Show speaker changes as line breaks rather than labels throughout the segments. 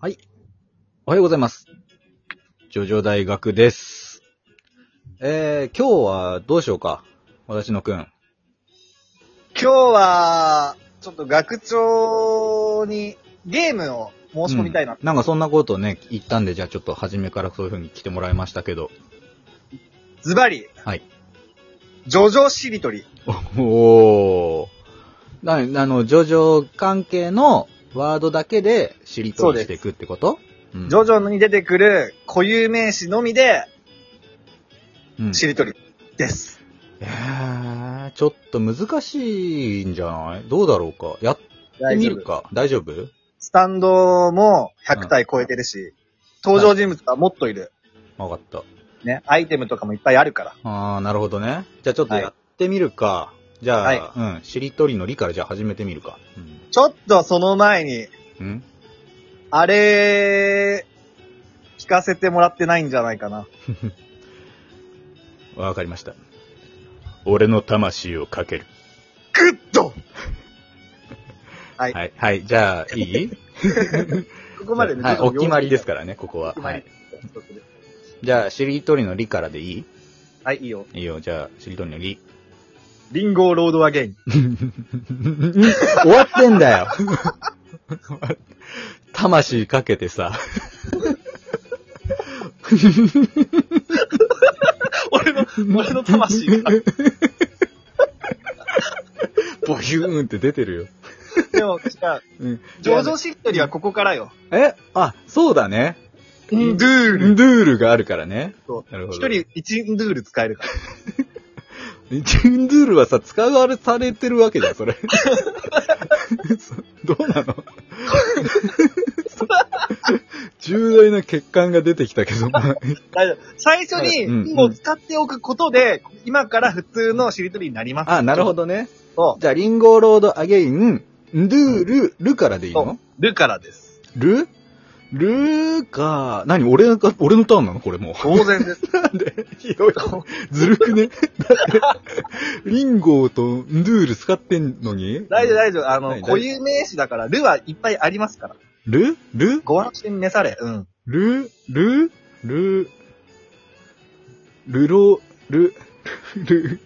はい。おはようございます。ジョジョ大学です。えー、今日はどうしようか私のくん。
今日は、ちょっと学長にゲームを申し込みたいな。
うんなんかそんなことをね、言ったんで、じゃあちょっと初めからそういう風に来てもらいましたけど。
ズバリ。
はい。
ジョジョしりとり。
おー。な、あの、ジョジョ関係のワードだけでしりとりしていくってことうん
ジョジョに出てくる固有名詞のみで
うん
しりとりです。
えー、ちょっと難しいんじゃないどうだろうかやってみるか大丈夫
スタンドも100体超えてるし、登場人物はもっといる。
わかった。
ね。アイテムとかもいっぱいあるから。
ああ、なるほどね。じゃあちょっと
はい
やってみるか。じゃあ、
はい
うん、しりとりのりからじゃあ始めてみるか。
ちょっとその前に、
うん。ん
あれ、聞かせてもらってないんじゃないかな。
わかりました。俺の魂をかける。
グッドはい
はい、はい、じゃあ、い い
ここまでね、
はい、
ちょ
お
っと
決まりですからね、ここ
お
は。
決ま
は
り
い。。じゃあ、しりとりのりからでいい
はい、いいよ。
いいよ、じゃあ、しりとりの り。
リンゴロードアゲイン。
終わってんだよ。 魂かけてさ。
俺 の、俺の魂が。
ボヒューンって出てるよ。
でも、違う。
うん。
ジョジョしっとりはここからよ。
えあ、そうだね。
ン
うん
ドゥー
ン
ル。
ドゥールがあるからね。
そう
なるほど。
一人一ンドゥール使えるから。
ンドゥールはさ、使われされてるわけじゃん、それ。 そどうなの そ重大な欠陥が出てきたけど、まあ
大丈夫。最初に、
うん
ンゴを使っておくことで、今から普通のしりとりになります。
あ、なるほ。どね。
そ
じゃあ、リンゴロードアゲイン、ンドゥール、ルからでいいうの
う。ルからです。
ルルか、なに、俺が、俺のターンなのこれもう。
当然 です。
なんでひどい。ずるく ねだって、リンゴとンドゥール使ってんのに
大丈夫、大丈夫。あ
はい
の、固有名詞だから、ルはいっぱいありますから。
ルル
ご安心召され。うん。
ルルルルロルル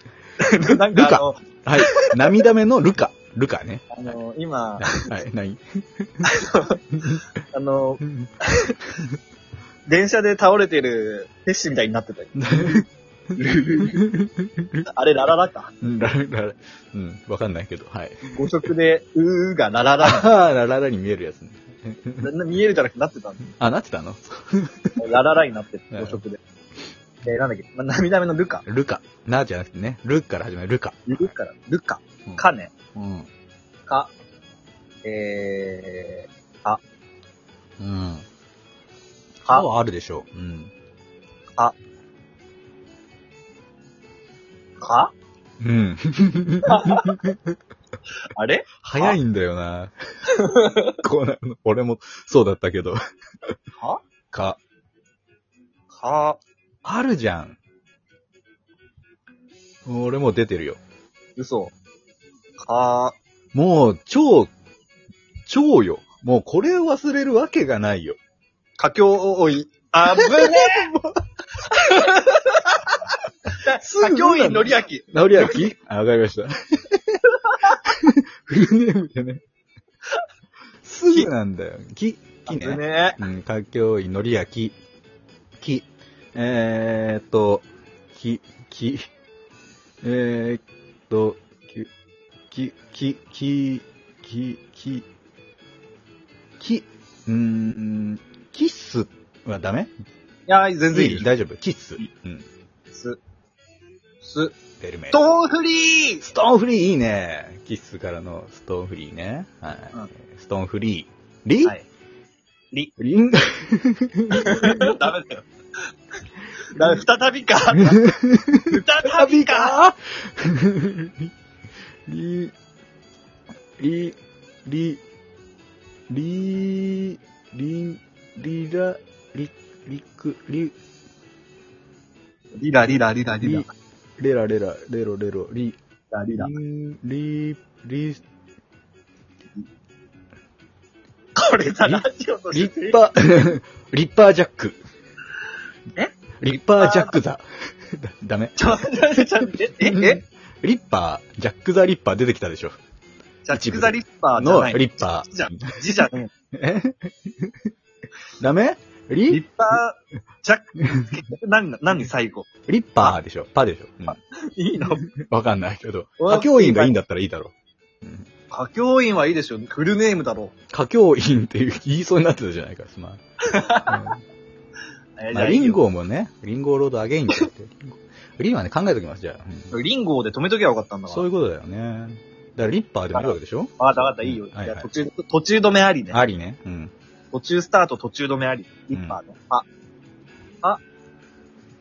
なんかあの、
はい。涙目のルカ。ルカね。
あの、今、
はい。何
あの、電車で倒れてるペッシみたいになってたよ。あれ、ラララか。
ラララうん。わかんないけど。はい。
五色で、うーがラララ。
ああ、ラララに見えるやつね。
なな見えるじゃなくてなってたん
あ、なってたの
だラララになってる、
うん
五色で。えーなんだっけ、まあ、涙目のルカ。
ルカ。なじゃなくてね。ルから始まる。ルカ。
ルカだ、ルカ
うん。
カね。
うん。
カ。え
うん。
ー、
歯
カ。
はあるでしょう。うん。
カ
うん。
あれ
早いんだよ な。こうなるの。俺もそうだったけど。
カ
か。
カ。
あるじゃん。俺もう出てるよ。
嘘。カ。
もう、超、超よ。もうこれを忘れるわけがないよ。
カキョウイ。 あぶねえ
すぐ
カキョウイのりあき。
直りあきあ、わかりました。 フルネームじゃね。すぐなんだよ。き、き
あぶ
ね。
ねえ。
うん、か教員のりやき。き。えーっと、き、き。えーっと、き、き、き、き、き、き、き、うーん、キッスはダメ
いやー、全然いい
いい。大丈夫。キッス。うん。
す。す。
ベルメール
ドーンフリー
ストーンフリーいいね。キッスからのストーンフリーね。はい。
うん
ストーンフリー。リ、
はい。
リ ン、
ダメだよ。ダメ、再び か。再びか。
リ、リ、リ、リ、リ、リラ、リ、リク、リ、
リラリラリラ
リ、レラレラ、レロレロ、リ、
ラリ
リン、リ、リ、
これさ、ラジオと
リ
して
ッパー、リッパージャック。
え
リッパージャックザ。だ、ダメ。
ちょ、ちょ、ちょ、え、え、え
リッパー、ジャックザリッパー出てきたでしょ。
ジャック・ザ・リッパーじゃ
の
ない。
リッパ
じゃ
ー。
字じゃね
え ダメ
え。
リ
リッパー、ジャック、結局何、何最後。
リッパーでしょ。パでしょ。うん
いいの
わかんないけど。
わ
歌教員がいいんだったらいいだろう。うん
歌教員はいいでしょ。フルネームだろ
歌教員っていう言いそうになってたじゃないか、 すまん。うん
う。え
まあ、リン。ゴもね、リンゴロードアゲインって 言って。リンはね、考えときます、じゃあ。うん
じゃあリンゴで止めときゃよかったんだか
そ
ら。
ういう
あ
ことだよね。だからリッパーでもいいわけでしょ
わかったわかった、いいよ。
うん
じ
はい
ゃ
はい
あ途中、途中止めありね。
ありね。うん。
途中スタート、途中止めあり。リッパーの。あ、あ、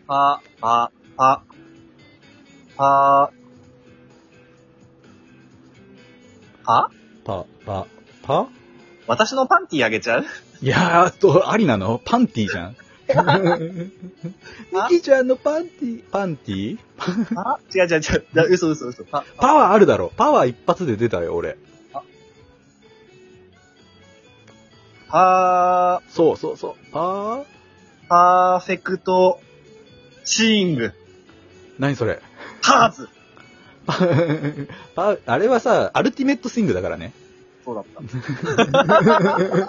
あ、あ、あ、あ、あ、
パ、パ、パ
私のパンティーあげちゃう
いやーっと、ありなのパンティじゃ ん。ミキちゃんのパンティ、パンティ
あ違う違う違う。だ嘘嘘嘘。あ、
パワーあるだろ。パワー一発で出たよ、俺。
パー、
そうそうそう。パー
パーフェクト、シーイング、
何 それ
ハーズ。
パパあれはさ、アルティメットスイングだから ね。
そうだった。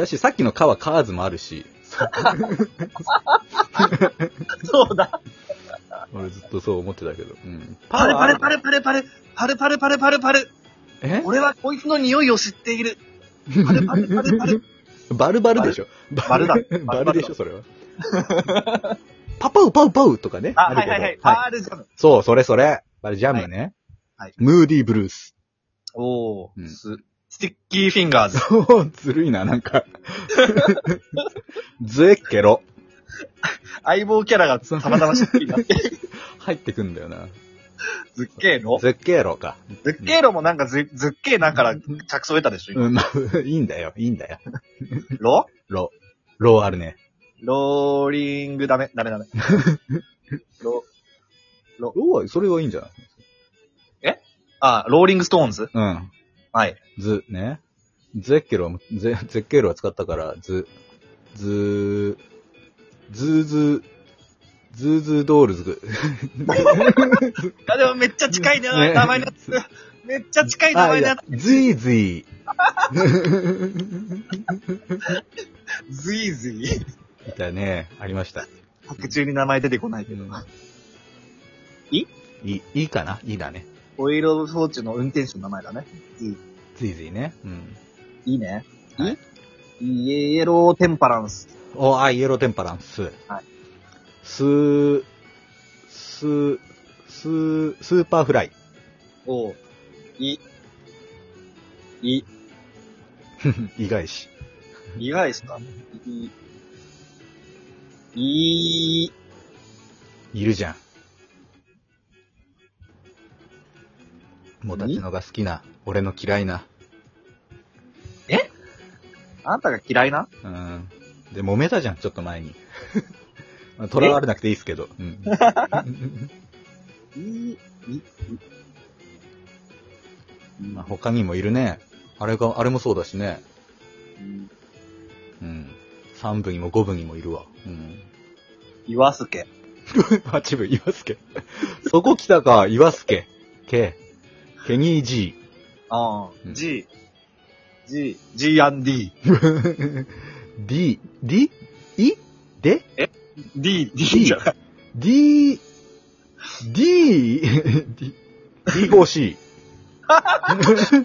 だし、さっきのカはカーズもあるし、
そうだ。
俺ずっとそう思ってたけど。うん。
パレパレパ
レ
レパレパレ、パレパレパレパレパレ。
え
俺はこいつの匂いを知っている。パレパレパレ パレ。
バルバルでしょ。
バルだ
バルでしょ、それは。パパウパウパウとかね。
あ、
る
は
け
い
ど
はいはい。パールジャム。
そう、それそれ。あれ、ジャムね。
はい
ムーディーブルース。
おー、
うん
ス、スティッキーフィンガ ーズ。
そう、ずるいな、なんか。 ズエッケロ。
相棒キャラがたまたまスティッキー になって。
入ってくんだよな。
ズッケーロ
ズッケロか。
ズッケーロもなんかズズッケーなんから着想得たでしょ、今
うん、まあ、いいんだよ、いいんだよ。
ロ
ロ。ローあるね。
ローリングダメ、ダ メダメ。ロ、
ローは、それはいいんじゃない
あ、ローリングストーンズ
うん。
はい。
ズ、ね。ズエッケロは、ゼゼッケロは使ったから、ズ、ズズーズー、ズーズードールズ。
あ、でもめっちゃ近いね、
ね
名前のや つ。めっちゃ近い名
あ、
前
い
のや
や、ズイズイ。
つ。ズイズイ。
いたね。ありました。
白中に名前出てこないけど。い
いいいかないいだね。
オイル・オブ・フォーチュンの運転手の名前だね。
ズイズイね。うん。
いいね。
はい
イエロー・テンパランス。
お、あ、イエローテンパランス。
はい。
スー、スー、スー、スーパーフライ。
おうい、い、
意外し。
意外ですかい、い、い、
いるじゃん。もたちのが好きな、俺の嫌いな。
あんたが嫌いな
うん。で、揉めたじゃん、ちょっと前に。 とらわれなくていいですけど。 うん。
い、い、い、
まあ、他にもいるね。あれが、あれもそうだしね。うん。3部にも5部にもいるわ。うん。
岩助。
8部、岩助。そこ来たか、岩助。K。ケニー G。
あ
う
あ、
ん
G、G、G&D、
D、D? いで
D、D じゃない
D、D、D、D4C。
アルファ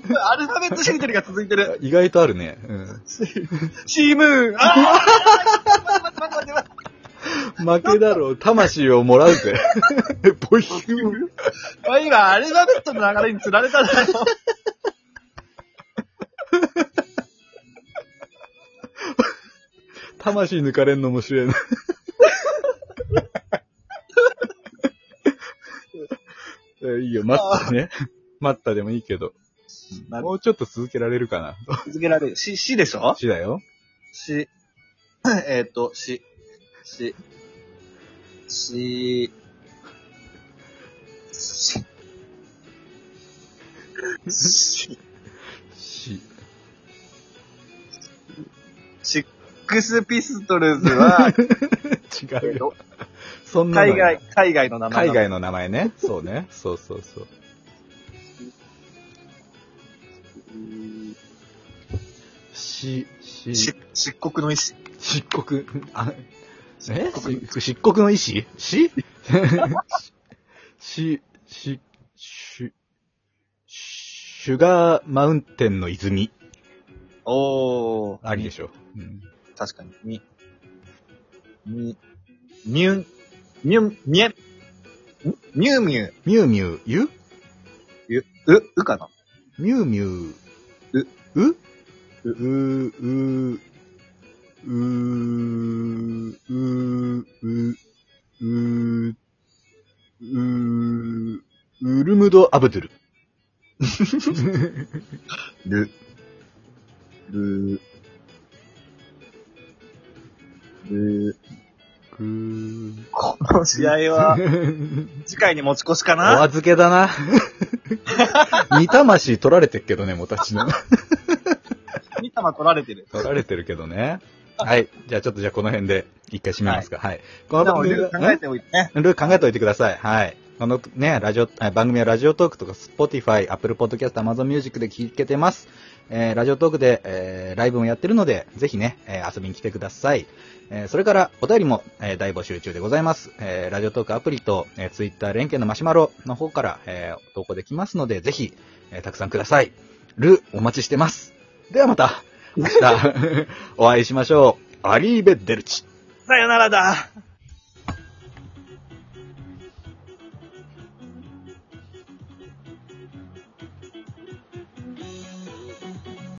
ベットシートリが続いてる。
意外とあるね。うん
シームーンああ待って待って待って待って待っ
負けだろう、魂をもらうぜ。ボイヒュー。
て。おい今、アルファベットの流れに釣られ ただろ。
魂抜かれんの面 白いな。えいいよ、待ったね。待ったでもいいけど。
な
もうちょっと続けられるかな。
続けられる。し、しでしょ
死だよ。
し、えーっと、し、し、し、し、し、
死。
ックスピストルズ は、
違うよ。そんなの
海外、海外の名前
海
なの。
外の名前ね。そうね。そうそうそう。し、
し
し、
漆黒の意思。
漆黒、あ、え
漆黒の意思
し漆黒の意思し し、し、し、シュガーマウンテンの泉。
おー。
ありでし
ょ。
ょ。うん。
確かに。み、み、ミュン、ミュン、ミェ、んミュウミュウ、
ミュウミュウ、ゆ
ゆ、う、うかな
ミュウミュウ、
う、
うう、う、う、う、う、う、う、う、う、ウルムド・アブドゥ ル。
ル、ル、ル、この試合は、次回に持ち越し か
お
な
預けだ な。煮魂取られてっけどね、もたちの。
見たま取られてる。
取られてるけどね。はい。じゃあちょっとじゃあこの辺で一回締めますか。はい。この
で
番
も、
組
ル
が
ー考えておいてね。
ルール考えておいてください。はい。このね、ラジオ、あ番組はラジオトークとか Spotify、Apple Podcast、Amazon Music で聞けてます。えーラジオトークで、えーライブもやってるので、ぜひね、えー遊びに来てください。えーそれから、お便りも、えー大募集中でございます。えーラジオトークアプリと、えー、Twitter 連携のマシュマロの方から、えー投稿できますので、ぜひ、えーたくさんください。ルー、お待ちしてます。ではまた、明日、お会いしましょう。アリーベ・デルチ。
さよならだ